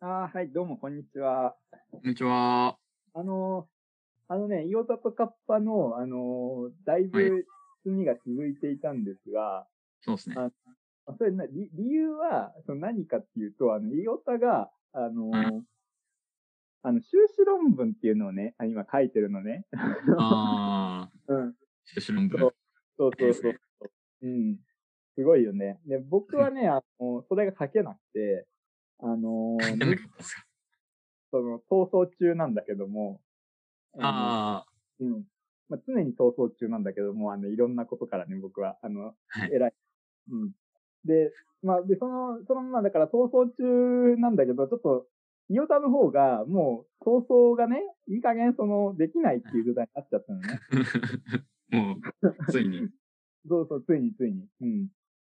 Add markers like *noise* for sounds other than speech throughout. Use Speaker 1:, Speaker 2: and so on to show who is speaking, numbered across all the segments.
Speaker 1: あーはい、どうも、こんにちは。
Speaker 2: こんにちは。
Speaker 1: あのーあのね、イオタとカッパの、あのーだい
Speaker 2: はい
Speaker 1: ぶ罪が続いていたんですが、
Speaker 2: そうですね。
Speaker 1: あそれな理理由は、その何かっていうと、あの、イオタが、あのーあの、修士論文っていうのをね、あ今書いてるのね。
Speaker 2: ああ、
Speaker 1: うん。
Speaker 2: 修士論
Speaker 1: そ
Speaker 2: 文。
Speaker 1: そう
Speaker 2: い
Speaker 1: そう
Speaker 2: いで
Speaker 1: そう
Speaker 2: すね。
Speaker 1: うん。すごいよね。で、僕は *laughs* ね、あの、それが書けなくて、あのー
Speaker 2: 書
Speaker 1: *laughs*
Speaker 2: けなかったですか。
Speaker 1: その、逃走中なんだけども、の
Speaker 2: あ
Speaker 1: うん。まあ、常に逃走中なんだけども、あの、いろんなことからね、僕は、あの、
Speaker 2: はい
Speaker 1: 偉い。うん。で、まあ、で、その、そのまま、だから逃走中なんだけど、ちょっと、イオタの方が、もう、逃走がね、いい加減、その、できないっていう状態になっちゃったのね。
Speaker 2: あ、 *laughs* もう、ついに。
Speaker 1: *laughs* そうそう、ついについに。うん。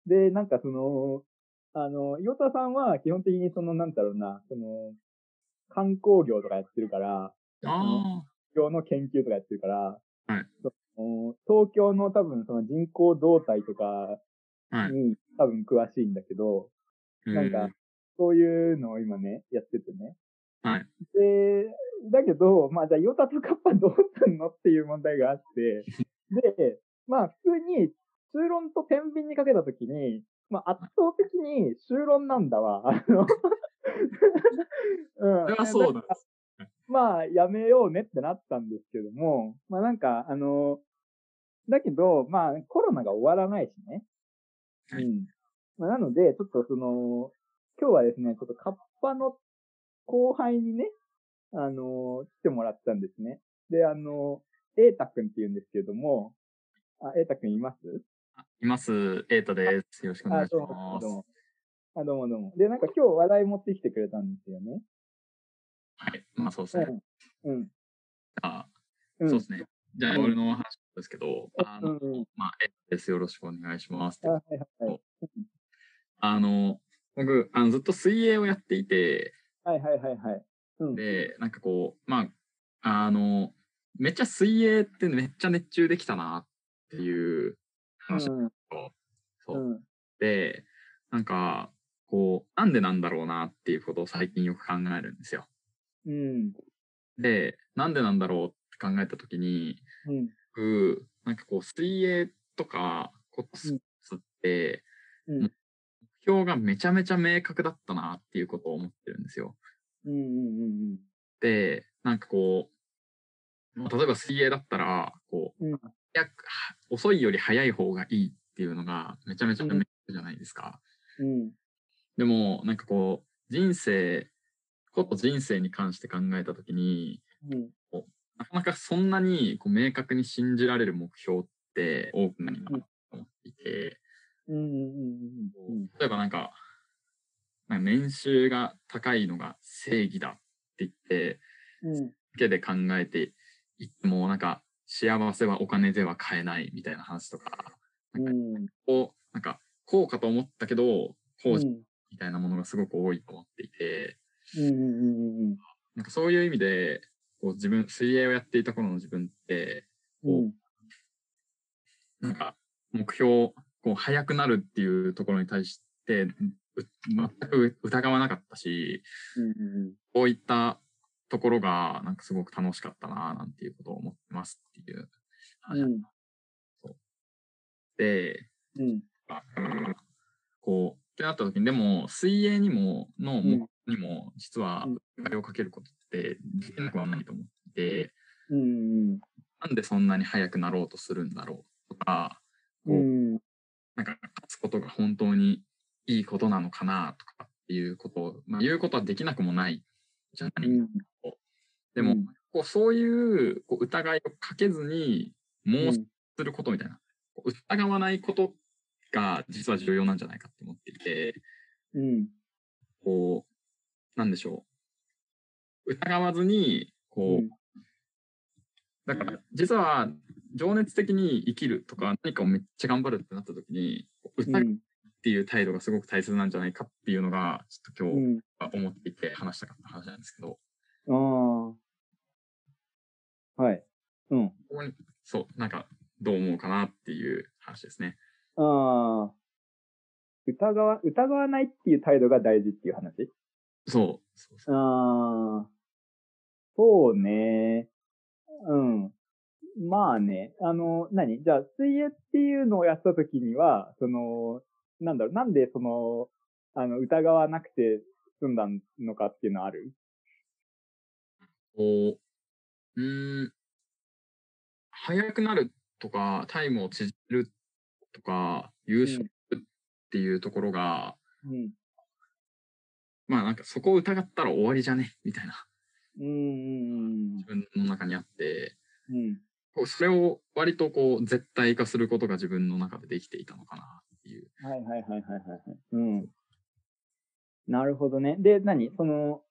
Speaker 1: で、なんかその、あの、イオタさんは、基本的にその、なんだろうな、その、観光業とかやってるから、
Speaker 2: あ
Speaker 1: 東京の研究とかやってるから、
Speaker 2: はい
Speaker 1: その東京の多分その人口動態とか
Speaker 2: あ、はい。
Speaker 1: に多分詳しいんだけど、なんか
Speaker 2: うん、
Speaker 1: そういうのを今ね、やっててね。
Speaker 2: はい。
Speaker 1: で、だけど、まあじゃあ、ヨタとカッパどうすんのっていう問題があ
Speaker 2: *laughs*
Speaker 1: って、で、まあ普通に、修論と天秤にかけたときに、まあ圧倒的に修論なんだわ。あの、うん。
Speaker 2: それはそうだ。
Speaker 1: まあ、やめようねってなったんですけども、まあなんか、あの、だけど、まあ、コロナが終わらないしね。
Speaker 2: はい
Speaker 1: うん。まあ、なので、ちょっとその、今日はですね、ちょっとカッパの後輩にね、あの、来てもらったんですね。で、あの、エータくんって言うんですけども、あ、エータくんいます
Speaker 2: います。エイタです。よろしくお願
Speaker 1: あ、
Speaker 2: いし
Speaker 1: どう
Speaker 2: ま
Speaker 1: も、
Speaker 2: す
Speaker 1: どう。も。あ、どうもどうも。で、なんか今日話題持ってきてくれたんですよね。
Speaker 2: はい。まあ、そうですね。
Speaker 1: うん。うん。
Speaker 2: あ
Speaker 1: うん、
Speaker 2: そうですね。じゃあ、
Speaker 1: うん
Speaker 2: 俺の話ですけど、あ
Speaker 1: う
Speaker 2: の、
Speaker 1: んうん。
Speaker 2: まあ、エイタです。よろしくお願いします
Speaker 1: あ、。はいはいはい。
Speaker 2: あの、僕、あのずっと水泳をやっていて、
Speaker 1: はいはいはいはい。うん。
Speaker 2: で、なんかこう、まあ、あの、めっちゃ水泳ってめっちゃ熱中できたなっていう話、
Speaker 1: うん。
Speaker 2: そううんで、なんか、こう、なんでなんだろうなっていうことを最近よく考えるんですよ。
Speaker 1: うん。
Speaker 2: で、なんでなんだろうって考えたときに、
Speaker 1: うん。
Speaker 2: 僕、なんかこう、水泳とか、こうスポーツって、
Speaker 1: うん。
Speaker 2: 目標がめちゃめちゃ明確だったなっていうことを思ってるんですよ。
Speaker 1: うん。うん。
Speaker 2: で、なんかこう、まあ例えば水泳だったら、こう、
Speaker 1: うん
Speaker 2: 早くは遅いより早い方がいいっていうのがめちゃめちゃ明確じゃないですか。
Speaker 1: うん。
Speaker 2: でも、なんかこう、人生、こと人生に関して考えたときに、
Speaker 1: うん。
Speaker 2: なかなかそんなにこう明確に信じられる目標って多くないなと思っていて、
Speaker 1: うん。うん。うん。
Speaker 2: こう例えばなんか、なんか年収が高いのが正義だって言って、
Speaker 1: うん。
Speaker 2: だけで考えていっても、なんか、幸せはお金では買えないみたいな話とか、
Speaker 1: うん。
Speaker 2: を、なんか、こうかと思ったけど、こうじ
Speaker 1: ん。
Speaker 2: みたいなものがすごく多いと思っていて、
Speaker 1: うん。
Speaker 2: なんかそういう意味で、こう自分、水泳をやっていた頃の自分って、
Speaker 1: うん。
Speaker 2: なんか、目標、こう、速くなるっていうところに対して、う全く疑わなかったし、こういったところが、なんかすごく楽しかったな、なんていうことを思ってますっていう話
Speaker 1: うん。
Speaker 2: で、
Speaker 1: うん。
Speaker 2: こう、ってなった時に、でも、水泳にも、の
Speaker 1: ん
Speaker 2: 目標にも、実は
Speaker 1: うん、
Speaker 2: お金をかけることって、できなくはないと思っていて、
Speaker 1: うん。
Speaker 2: なんでそんなに速くなろうとするんだろうとか、
Speaker 1: うん。
Speaker 2: なんか、勝つことが本当にいいことなのかな、とかっていうことを、まあ、言うことはできなくもないじゃない。でも、こうそういうこう疑いをかけずに、妄想することみたいな、こう疑わないことが、実は重要なんじゃないかって思っていて、
Speaker 1: うん。
Speaker 2: こう、なんでしょう。疑わずに、こう、だから、実は、情熱的に生きるとか、何かをめっちゃ頑張るってなった時に、疑うっていう態度がすごく大切なんじゃないかっていうのが、ちょっと今
Speaker 1: うん。
Speaker 2: 日は思っていて話したかった話なんですけど、
Speaker 1: ああ。はい。うん。
Speaker 2: ここに、そう、なんか、どう思うかなっていう話ですね。
Speaker 1: ああ。疑わ、疑わないっていう態度が大事っていう話
Speaker 2: そう。そうそう
Speaker 1: ああ。そうね。うん。まあね。あの、何じゃあ、水泳っていうのをやったときには、その、なんだろう、なんでその、あの、疑わなくて済んだのかっていうのはある
Speaker 2: こう、うーん、速くなるとか、タイムを縮めるとか、優勝っていうところが、
Speaker 1: うん。
Speaker 2: まあなんかそこを疑ったら終わりじゃねみたいな
Speaker 1: うんうん
Speaker 2: 自分の中にあって、
Speaker 1: うん。うん。
Speaker 2: こうそれを割とこう絶対化することが自分の中でできていたのかなっていう。
Speaker 1: はいはいはいはいはいはい。うん。なるほどね。で、何その、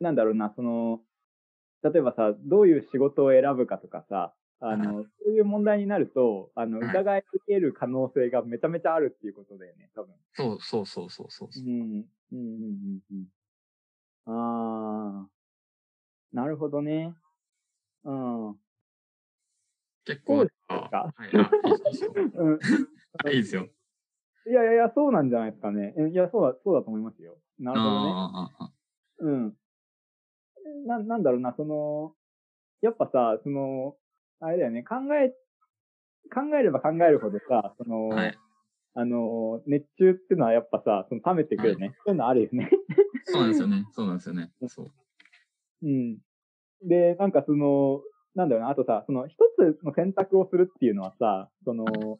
Speaker 1: なんだろうな、その、例えばさ、どういう仕事を選ぶかとかさ、あ
Speaker 2: *laughs*
Speaker 1: の、そういう問題になると、あの、
Speaker 2: はい
Speaker 1: 疑い受ける可能性がめちゃめちゃあるっていうことだよね、多分。
Speaker 2: そうそうそうそうそうそう。
Speaker 1: ん。うんうんうんうん。あー。なるほどね。うん。うん。
Speaker 2: 結構、
Speaker 1: そうですか
Speaker 2: あはいあいいですよあいいですよ。
Speaker 1: いやいやいや、そうなんじゃないですかね。えいや、そうだ、そうだと思いますよ。なるほどね。
Speaker 2: あーあーあー
Speaker 1: うん。な、なんだろうな、その、やっぱさ、その、あれだよね、考え、考えれば考えるほどさ、その、
Speaker 2: はい。
Speaker 1: あの、熱中ってのはやっぱさ、その冷めてくるね。そういうのあるよね。 *laughs*
Speaker 2: そうなんですよね。そうなんですよね。そう。
Speaker 1: うん。で、なんかその、なんだろうな、あとさ、その一つの選択をするっていうのはさ、その、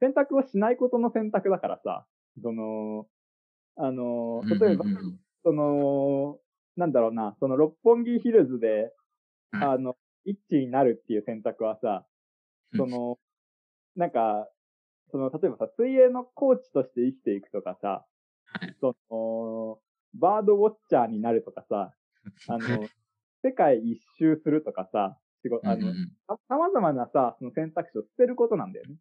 Speaker 1: 選択をしないことの選択だからさ、その、あの、例えば
Speaker 2: うんう、んうん
Speaker 1: その、なんだろうな、その六本木ヒルズで、
Speaker 2: は
Speaker 1: あの、一致になるっていう選択はさ、その、なんか、その、例えばさ、水泳のコーチとして生きていくとかさ
Speaker 2: はい、
Speaker 1: その、バードウォッチャーになるとかさ、あの、世界一周するとかさ、仕事あ
Speaker 2: うんうん
Speaker 1: の
Speaker 2: う、ん
Speaker 1: ささまざまなさ、その選択肢を捨てることなんだよね。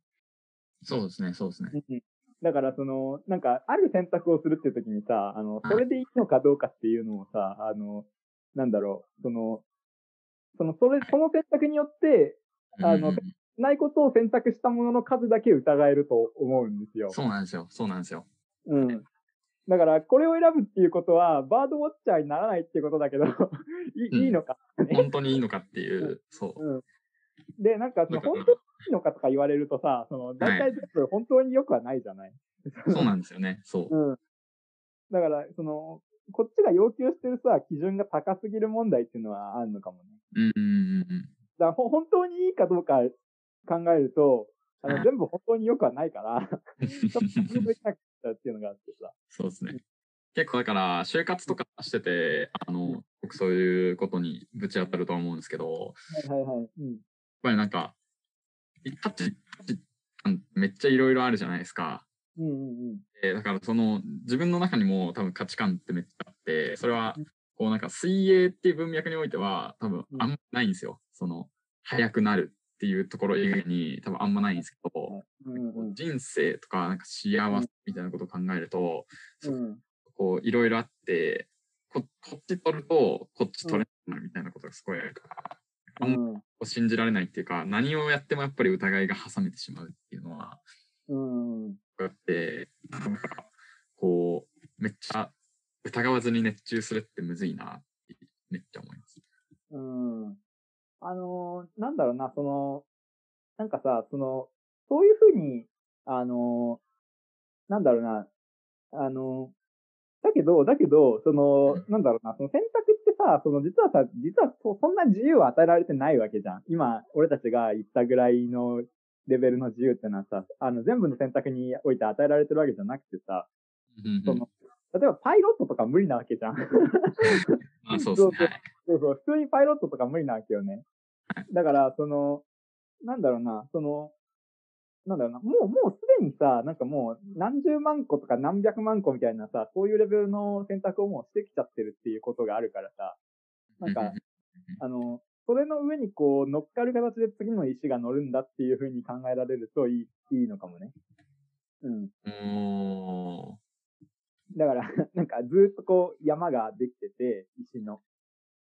Speaker 2: そうですね。そうですね。
Speaker 1: うんだから、その、なんか、ある選択をするっていう時にさ、あの、それでいいのかどうかっていうのをさ、あの、なんだろう、その、その、それ、その選択によって、あの
Speaker 2: うんうん
Speaker 1: ないことを選択したものの数だけ疑えると思うんですよ。
Speaker 2: そうなんですよ。そうなんですよ。
Speaker 1: うん。だから、これを選ぶっていうことは、バードウォッチャーにならないっていうことだけど、 *laughs* いいいのか。
Speaker 2: 本当にいいのかっていう、そう。
Speaker 1: うん。で、なんか、その
Speaker 2: だか
Speaker 1: 本
Speaker 2: ら
Speaker 1: 当にいいのかとか言われるとさ、その、大体全部本当に良くはないじゃない
Speaker 2: そうなんですよね。そう。
Speaker 1: うん。だから、その、こっちが要求してるさ、基準が高すぎる問題っていうのはあるのかもね。
Speaker 2: うんうんうん
Speaker 1: *laughs* だからほ本当にいいかどうか考えると、あ
Speaker 2: う
Speaker 1: の、
Speaker 2: ん
Speaker 1: 全部本当に良くはないから、ちょっと
Speaker 2: うん。
Speaker 1: できなかったっていうのがあってさ。
Speaker 2: そうですね。結構だから、就活とかしてて、あの、僕そういうことにぶち当たるとは思うんですけ
Speaker 1: は
Speaker 2: ど、
Speaker 1: いはいはい。うん。
Speaker 2: やっぱりなんか、タッチ、タッチ感めっちゃいろいろあるじゃないですか。
Speaker 1: うんうんうん。
Speaker 2: えーだからその自分の中にも多分価値観ってめっちゃあって、それはこうなんか水泳っていう文脈においては多分あんまないんですよ。その、速くなるっていうところ以外に多分あんまないんですけど、
Speaker 1: うん
Speaker 2: *laughs*
Speaker 1: うん
Speaker 2: 人生とかなんか幸せみたいなことを考えると、
Speaker 1: うん。
Speaker 2: こういろいろあってここっち取るとこっち取れないみたいなことがすごいあるから、
Speaker 1: うん。
Speaker 2: こう信じられないっていうか何をやってもやっぱり疑いが挟めてしまうっていうのは
Speaker 1: うん。うん。
Speaker 2: こうやってなんかこうめっちゃ疑わずに熱中するってむずいなってめっちゃ思います。
Speaker 1: うん。あのーなんだろうな、その、なんかさ、その、そういうふうに、あのーなんだろうな、あのーだけど、だけど、その
Speaker 2: うん、
Speaker 1: なんだろうな、その選択ってさ、その実はさ、実はそそんな自由は与えられてないわけじゃん。今、俺たちが言ったぐらいのレベルの自由ってのはさ、あの、全部の選択において与えられてるわけじゃなくてさ、
Speaker 2: うんう
Speaker 1: そ
Speaker 2: ん
Speaker 1: の、例えばパイロットとか無理なわけじゃん。
Speaker 2: まあそうですね。はい
Speaker 1: そうそう、普通にパイロットとか無理なわけよね。だから、その、なんだろうな、その、なんだろうな、もう、もうすでにさ、なんかもう何十万個とか何百万個みたいなさ、そういうレベルの選択をもうしてきちゃってるっていうことがあるからさ、なん
Speaker 2: う
Speaker 1: か
Speaker 2: んうん、
Speaker 1: あの、それの上にこう乗っかる形で次の石が乗るんだっていう風に考えられるといい、いいのかもね。うん。
Speaker 2: おー
Speaker 1: だから、 *laughs* なんかずーっとこう山ができてて、石の。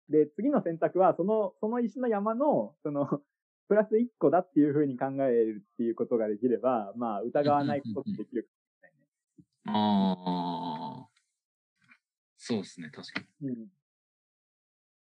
Speaker 1: で、次の選択は、その、その石の山の、その、 *laughs* プラス1個だっていうふうに考えるっていうことができれば、まあ、疑わないこともできる。
Speaker 2: ああ。そうですね、確かに。
Speaker 1: うん。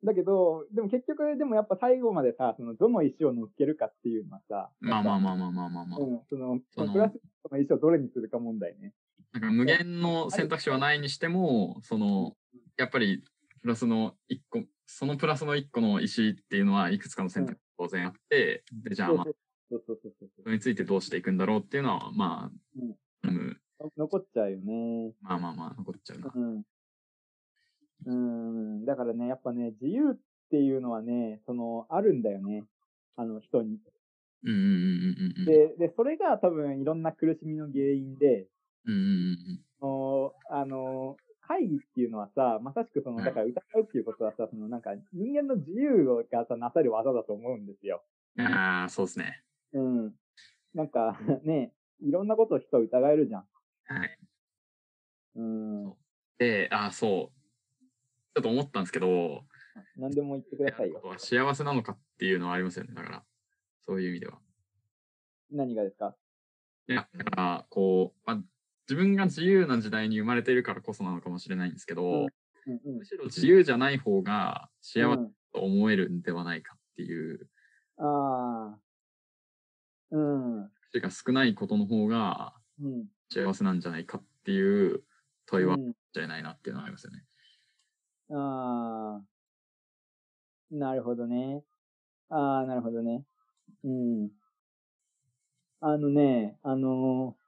Speaker 1: だけど、でも結局、でもやっぱ最後までさ、その、どの石を乗っけるかっていうのはさ、
Speaker 2: まあまあ
Speaker 1: ま
Speaker 2: まあまあまあまあまあ。
Speaker 1: うん、その、
Speaker 2: その
Speaker 1: プラス1個の石をどれにするか問題ね。
Speaker 2: なんか無限の選択肢はないにしても、その、やっぱりプラスの1個、そのプラスの1個の石っていうのはいくつかの選択肢が当然あって、で、じゃあ、まあ、
Speaker 1: そうそうそうそう
Speaker 2: それについてどうしていくんだろうっていうのは、まあ、うん、
Speaker 1: そう。残っちゃうよね。
Speaker 2: まあまあまあ、残っちゃうな。
Speaker 1: うん。うん。だからね、やっぱね、自由っていうのはね、その、あるんだよね。あの、人に。
Speaker 2: うんうんうんうんうん。
Speaker 1: で、で、それが多分いろんな苦しみの原因で、
Speaker 2: うんうんうん
Speaker 1: そのあの、会議っていうのはさ、まさしくその、だから疑うっていうことはさ、そのなんか人間の自由がさ、なさる技だと思うんですよ。
Speaker 2: うん。ああ、そうですね。
Speaker 1: うん。なんかね、いろんなことを人を疑えるじゃん。
Speaker 2: はい。
Speaker 1: うん。
Speaker 2: で、ああ、そう。ちょっと思ったんですけど、
Speaker 1: 何でも言ってくださいよ。
Speaker 2: 幸せなのかっていうのはありますよね。だから、そういう意味では。
Speaker 1: 何がですか
Speaker 2: いや、だから、こう、まあ、自分が自由な時代に生まれているからこそなのかもしれないんですけど、
Speaker 1: うんうんうん
Speaker 2: む。しろ自由じゃない方が幸
Speaker 1: う
Speaker 2: せ
Speaker 1: ん
Speaker 2: と思えるんではないかっていう、
Speaker 1: ああ。うん。う
Speaker 2: 人が少ないことの方が
Speaker 1: ん。
Speaker 2: 幸せなんじゃないかっていう問いは
Speaker 1: う
Speaker 2: も
Speaker 1: ん
Speaker 2: しれないなっていうのはありますよね。
Speaker 1: ああ。なるほどね。ああ、なるほどね。うん。あのね、あのー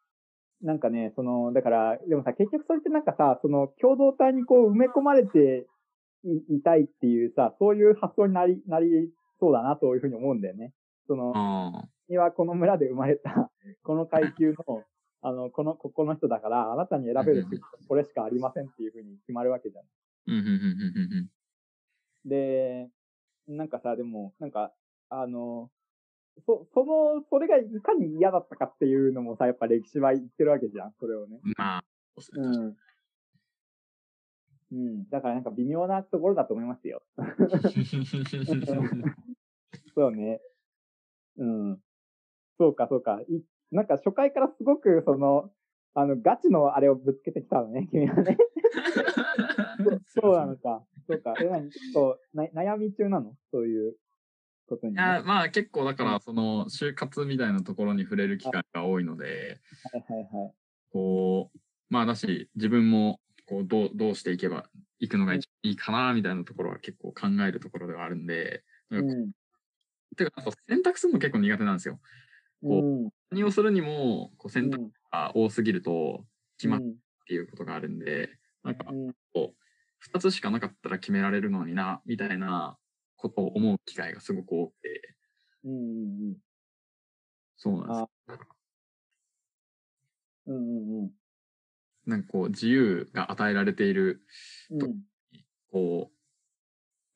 Speaker 1: なんかね、その、だから、でもさ、結局それってなんかさ、その、共同体にこう埋め込まれていいたいっていうさ、そういう発想になり、なりそうだなというふうに思うんだよね。その、
Speaker 2: ああ、
Speaker 1: 君はこの村で生まれた、 *laughs* この階級の、あの、この、ここの人だから、あなたに選べる仕事、これしかありませんっていうふうに決まるわけじゃん。
Speaker 2: うん、うん、うん、うん
Speaker 1: で、なんかさ、でも、なんか、あの、そ、その、それがいかに嫌だったかっていうのもさ、やっぱ歴史は言ってるわけじゃん、それをね。
Speaker 2: うん。まあ、そうっすね
Speaker 1: うん。うん。だからなんか微妙なところだと思いますよ。そうね。うん。そうか、そうか。いなんか初回からすごく、その、あの、ガチのあれをぶつけてきたのね、君 *laughs* はね。 *laughs* そうそうなのか。そうか。え、なに、ちょっとな、悩み中なのそういうことに
Speaker 2: い
Speaker 1: ね、
Speaker 2: や、まあ結構だから、その、就活みたいなところに触れる機会が多いので、
Speaker 1: はいはいはい。
Speaker 2: こう、まあだし、自分も、こう、どう、どうしていけば、いくのが一いいかな、みたいなところは結構考えるところではあるんで、
Speaker 1: うん。
Speaker 2: てか、あと選択するの結構苦手なんですよ。
Speaker 1: うん。
Speaker 2: 何をするにも、こう、選択
Speaker 1: うん
Speaker 2: が多すぎると、決まっ
Speaker 1: うん
Speaker 2: ていうことがあるんで、なんか、
Speaker 1: うん
Speaker 2: こう、二つしかなかったら決められるのにな、みたいなことを思う機会がすごく多くて、
Speaker 1: うんうん
Speaker 2: そうなんですよ
Speaker 1: うん。うんうん
Speaker 2: なんかこう自由が与えられている、
Speaker 1: うん。うん
Speaker 2: こ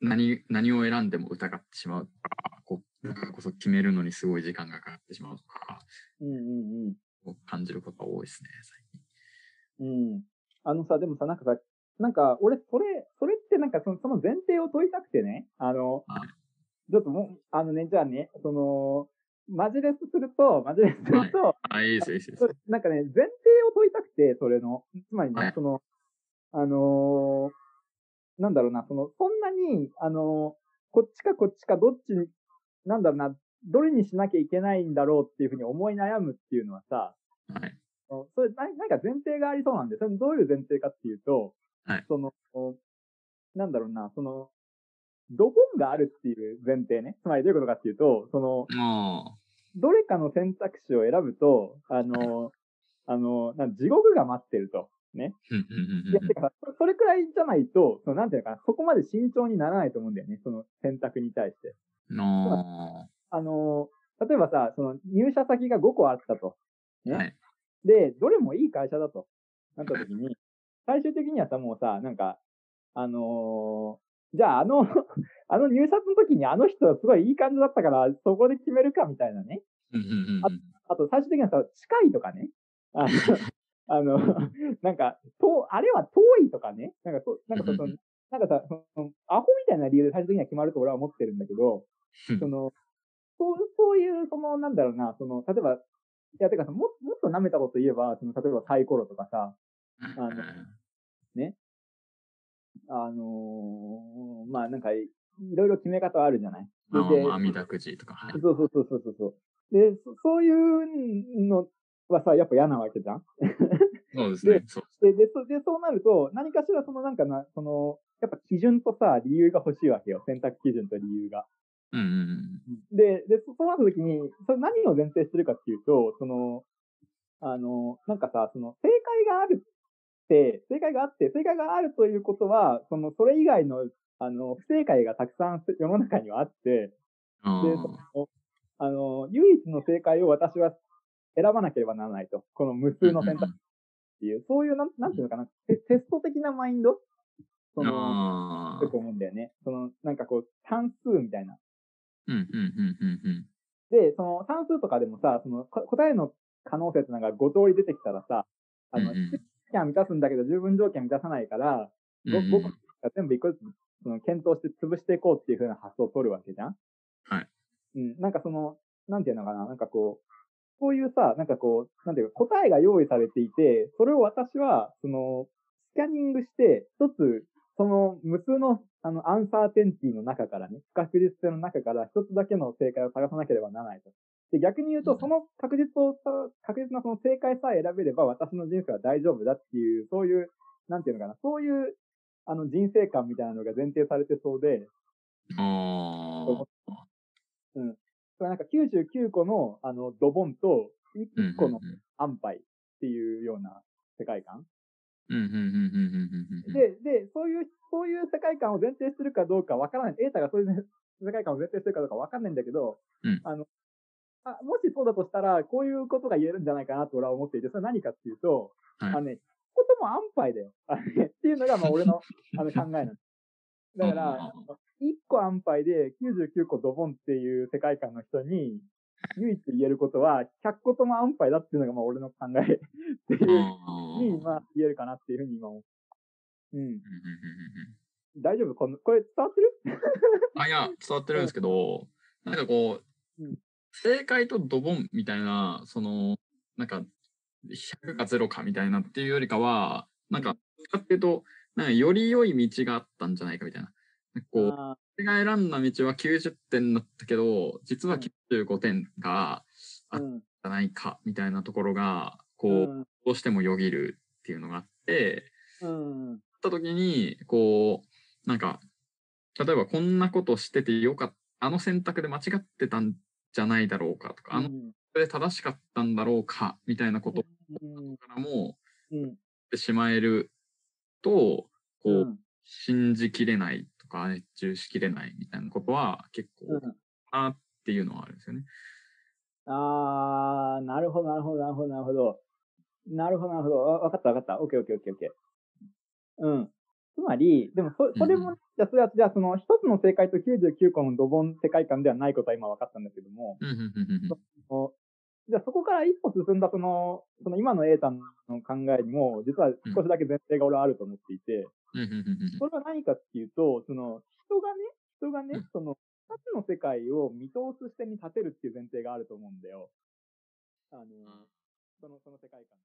Speaker 2: う、何、何を選んでも疑ってしまうとか、こう、だからこそ決めるのにすごい時間がかかってしまうとか、
Speaker 1: うんうん。
Speaker 2: こう感じることが多いですね、
Speaker 1: うん。あのさ、でもさ、なんかさ、なんか、俺、それ、それってなんかその、その前提を問いたくてね、あの
Speaker 2: は、
Speaker 1: ちょっともう、あのね、じゃあね、その、マジレスすると、マジレスすると、
Speaker 2: 最近。あ、いいですよ、いいですよいい
Speaker 1: そ
Speaker 2: で
Speaker 1: れなんかね、前提を問いたくて、それの、つまり
Speaker 2: は
Speaker 1: ね
Speaker 2: い、
Speaker 1: その、あのーなんだろうな、その、そんなに、あのーこっちかこっちかどっちに、なんだろうな、どれにしなきゃいけないんだろうっていうふうに思い悩むっていうのはさ、
Speaker 2: すはい。
Speaker 1: それな、なんか前提がありそうなんで、それどういう前提かっていうと、
Speaker 2: はい
Speaker 1: その、おなんだろうな、その、ドボンがあるっていう前提ね。つまりどういうことかっていうと、その、
Speaker 2: あ
Speaker 1: どれかの選択肢を選ぶと、あ
Speaker 2: *laughs*
Speaker 1: の、あの、なん地獄が待ってると。ね。
Speaker 2: ーうんうん
Speaker 1: い
Speaker 2: うん
Speaker 1: や、
Speaker 2: うん
Speaker 1: てかさ、そそれくらいじゃないと、その、なんていうのかな、そこまで慎重にならないと思うんだよね。その選択に対して。
Speaker 2: あ
Speaker 1: あの、例えばさ、その入社先が5個あったと。
Speaker 2: ーはい。
Speaker 1: で、どれもいい会社だとなった時に、最終的にはさ、もうさ、なんか、あのーじゃああの、 *laughs* あの入札の時にあの人はすごいいい感じだったから、そこで決めるかみたいなね。
Speaker 2: うんうんうんうん
Speaker 1: あと最終的にはさ、近いとかね。あ
Speaker 2: *laughs*
Speaker 1: の、あのなんか、と、あれは遠いとかね。なんかそう、なんかそ
Speaker 2: うんう
Speaker 1: の、なんかさ、そのアホみたいな理由で最終的には決まると俺は思ってるんだけど、その、そう、そういう、その、なんだろうな、その、例えば、いや、てかさ、ももっと舐めたこと言えば、その、例えばサイコロとかさ、あのあのーまあなんか、いろいろ決め方あるじゃない
Speaker 2: まあまあ
Speaker 1: で
Speaker 2: まあ、網だくじとか。はい
Speaker 1: そうそうそうそうそうそう。で、そそういうのはさ、やっぱ嫌なわけじゃん
Speaker 2: そうですね。そう
Speaker 1: で、で、そでそうなると、何かしらそのなんかな、その、やっぱ基準とさ、理由が欲しいわけよ。選択基準と理由が。
Speaker 2: うんうんうん。
Speaker 1: で、で、そそうなった時に、それ何を前提してるかっていうと、その、あの、なんかさ、その、正解があるって、正解があって、正解があるということは、その、それ以外の、あの、不正解がたくさん世の中にはあって、
Speaker 2: あ
Speaker 1: で、
Speaker 2: ー
Speaker 1: その、あの、唯一の正解を私は選ばなければならないと。この無数の選択っていう、そういう、なんなんていうのかな、テテスト的なマインドその、
Speaker 2: あ
Speaker 1: だ
Speaker 2: ー
Speaker 1: と思うんだよね。その、なんかこう、単数みたいな。
Speaker 2: うんうんうんうんうん。
Speaker 1: で、その算数とかでもさ、そのこ答えの可能性ってのが5通り出てきたらさ、あの、
Speaker 2: うんうん
Speaker 1: 質問は満たすんだけど十分条件満たさないから、
Speaker 2: うんう
Speaker 1: 5,
Speaker 2: ん
Speaker 1: 個全部一個ずつその検討して潰していこうっていう風な発想を取るわけじゃん
Speaker 2: はい。
Speaker 1: うん、なんかその、なんていうのかな、なんかこう、そういうさ、なんかこう、なんていうか、答えが用意されていて、それを私は、その、スキャニングして、一つ、その無数の、あの、アンサーテンティの中からね、不確実性の中から一つだけの正解を探さなければならないと。で、逆に言う
Speaker 2: う
Speaker 1: と、
Speaker 2: ん
Speaker 1: その確実をさ、確実なその正解さえ選べれば私の人生は大丈夫だっていう、そういう、なんていうのかな、そういう、あの、人生観みたいなのが前提されてそうで、
Speaker 2: あ
Speaker 1: それなんか99個の、あの、ドボンと、
Speaker 2: ーうんうんうん
Speaker 1: 1個の安牌っていうような世界観。
Speaker 2: うんうんうんうんうんうんうん
Speaker 1: で、で、そういう、そういう世界観を前提するかどうかわからない。エータがそういう世界観を前提するかどうかわかんないんだけど、
Speaker 2: うん
Speaker 1: あのあ、もしそうだとしたら、こういうことが言えるんじゃないかなと俺は思っていて、それは何かっていうと、
Speaker 2: はい
Speaker 1: あのね、ことも安牌だよ。あのねっていうのが、まあ
Speaker 2: *laughs*
Speaker 1: 俺のあの考えなんです。だか
Speaker 2: うん
Speaker 1: ら、1個安牌で99個ドボンっていう世界観の人に、唯一言えることは、100個とも安牌だっていうのが、まあ俺の考えっていう
Speaker 2: あー
Speaker 1: に、まあ、言えるかなっていうふうに今思う。うん。
Speaker 2: うんうんうんうんうん
Speaker 1: 大丈夫この、これ伝わってる
Speaker 2: あ、いや、伝わってるんですけど、なんかこう、
Speaker 1: うん
Speaker 2: 正解とドボンみたいな、その、なんか、100か0かみたいなっていうよりかは、なん
Speaker 1: う
Speaker 2: か、使っていうと、なんかより良い道があったんじゃないかみたいな。なんかこう、
Speaker 1: あ
Speaker 2: 俺が選んだ道は90点だったけど、実は95点が、
Speaker 1: ーうん。
Speaker 2: じゃないかみたいなところが、こう、
Speaker 1: うん。
Speaker 2: どうしてもよぎるっていうのがあって、
Speaker 1: うん。
Speaker 2: った時に、こう、なんか、例えばこんなことしててよかった、あの選択で間違ってたんじゃないだろうかとか、あの
Speaker 1: うん
Speaker 2: 選択で正しかったんだろうか、みたいなこと
Speaker 1: うん。
Speaker 2: からも、
Speaker 1: うん。
Speaker 2: ってしまえると、こ
Speaker 1: う
Speaker 2: う、
Speaker 1: ん。
Speaker 2: 信じきれないとか、熱中しきれないみたいなことは結
Speaker 1: う
Speaker 2: 構
Speaker 1: ん。
Speaker 2: あっていうのはあるんですよね。
Speaker 1: あー、なるほど、なるほど、なるほど、なるほど。なるほど、なるほど。わわかった、わかった。オッケー、オッケー、オッケー、オッケー。うん。つまり、でもそ、それ
Speaker 2: う
Speaker 1: も、じゃあ、それは、じゃあ、その、一つの正解と99個のドボン世界観ではないことは今分かったんだけども、
Speaker 2: うんうんうんうんうん
Speaker 1: おじゃあそこから一歩進んだその、その今のエータンの考えにも、実は少しだけ前提が俺はあると思っていて、
Speaker 2: うんうんうんうん
Speaker 1: それは何かっていうと、その、人がね、人が
Speaker 2: う
Speaker 1: ね
Speaker 2: ん、
Speaker 1: その、二つの世界を見通す視点に立てるっていう前提があると思うんだよ。あの、その、その世界観。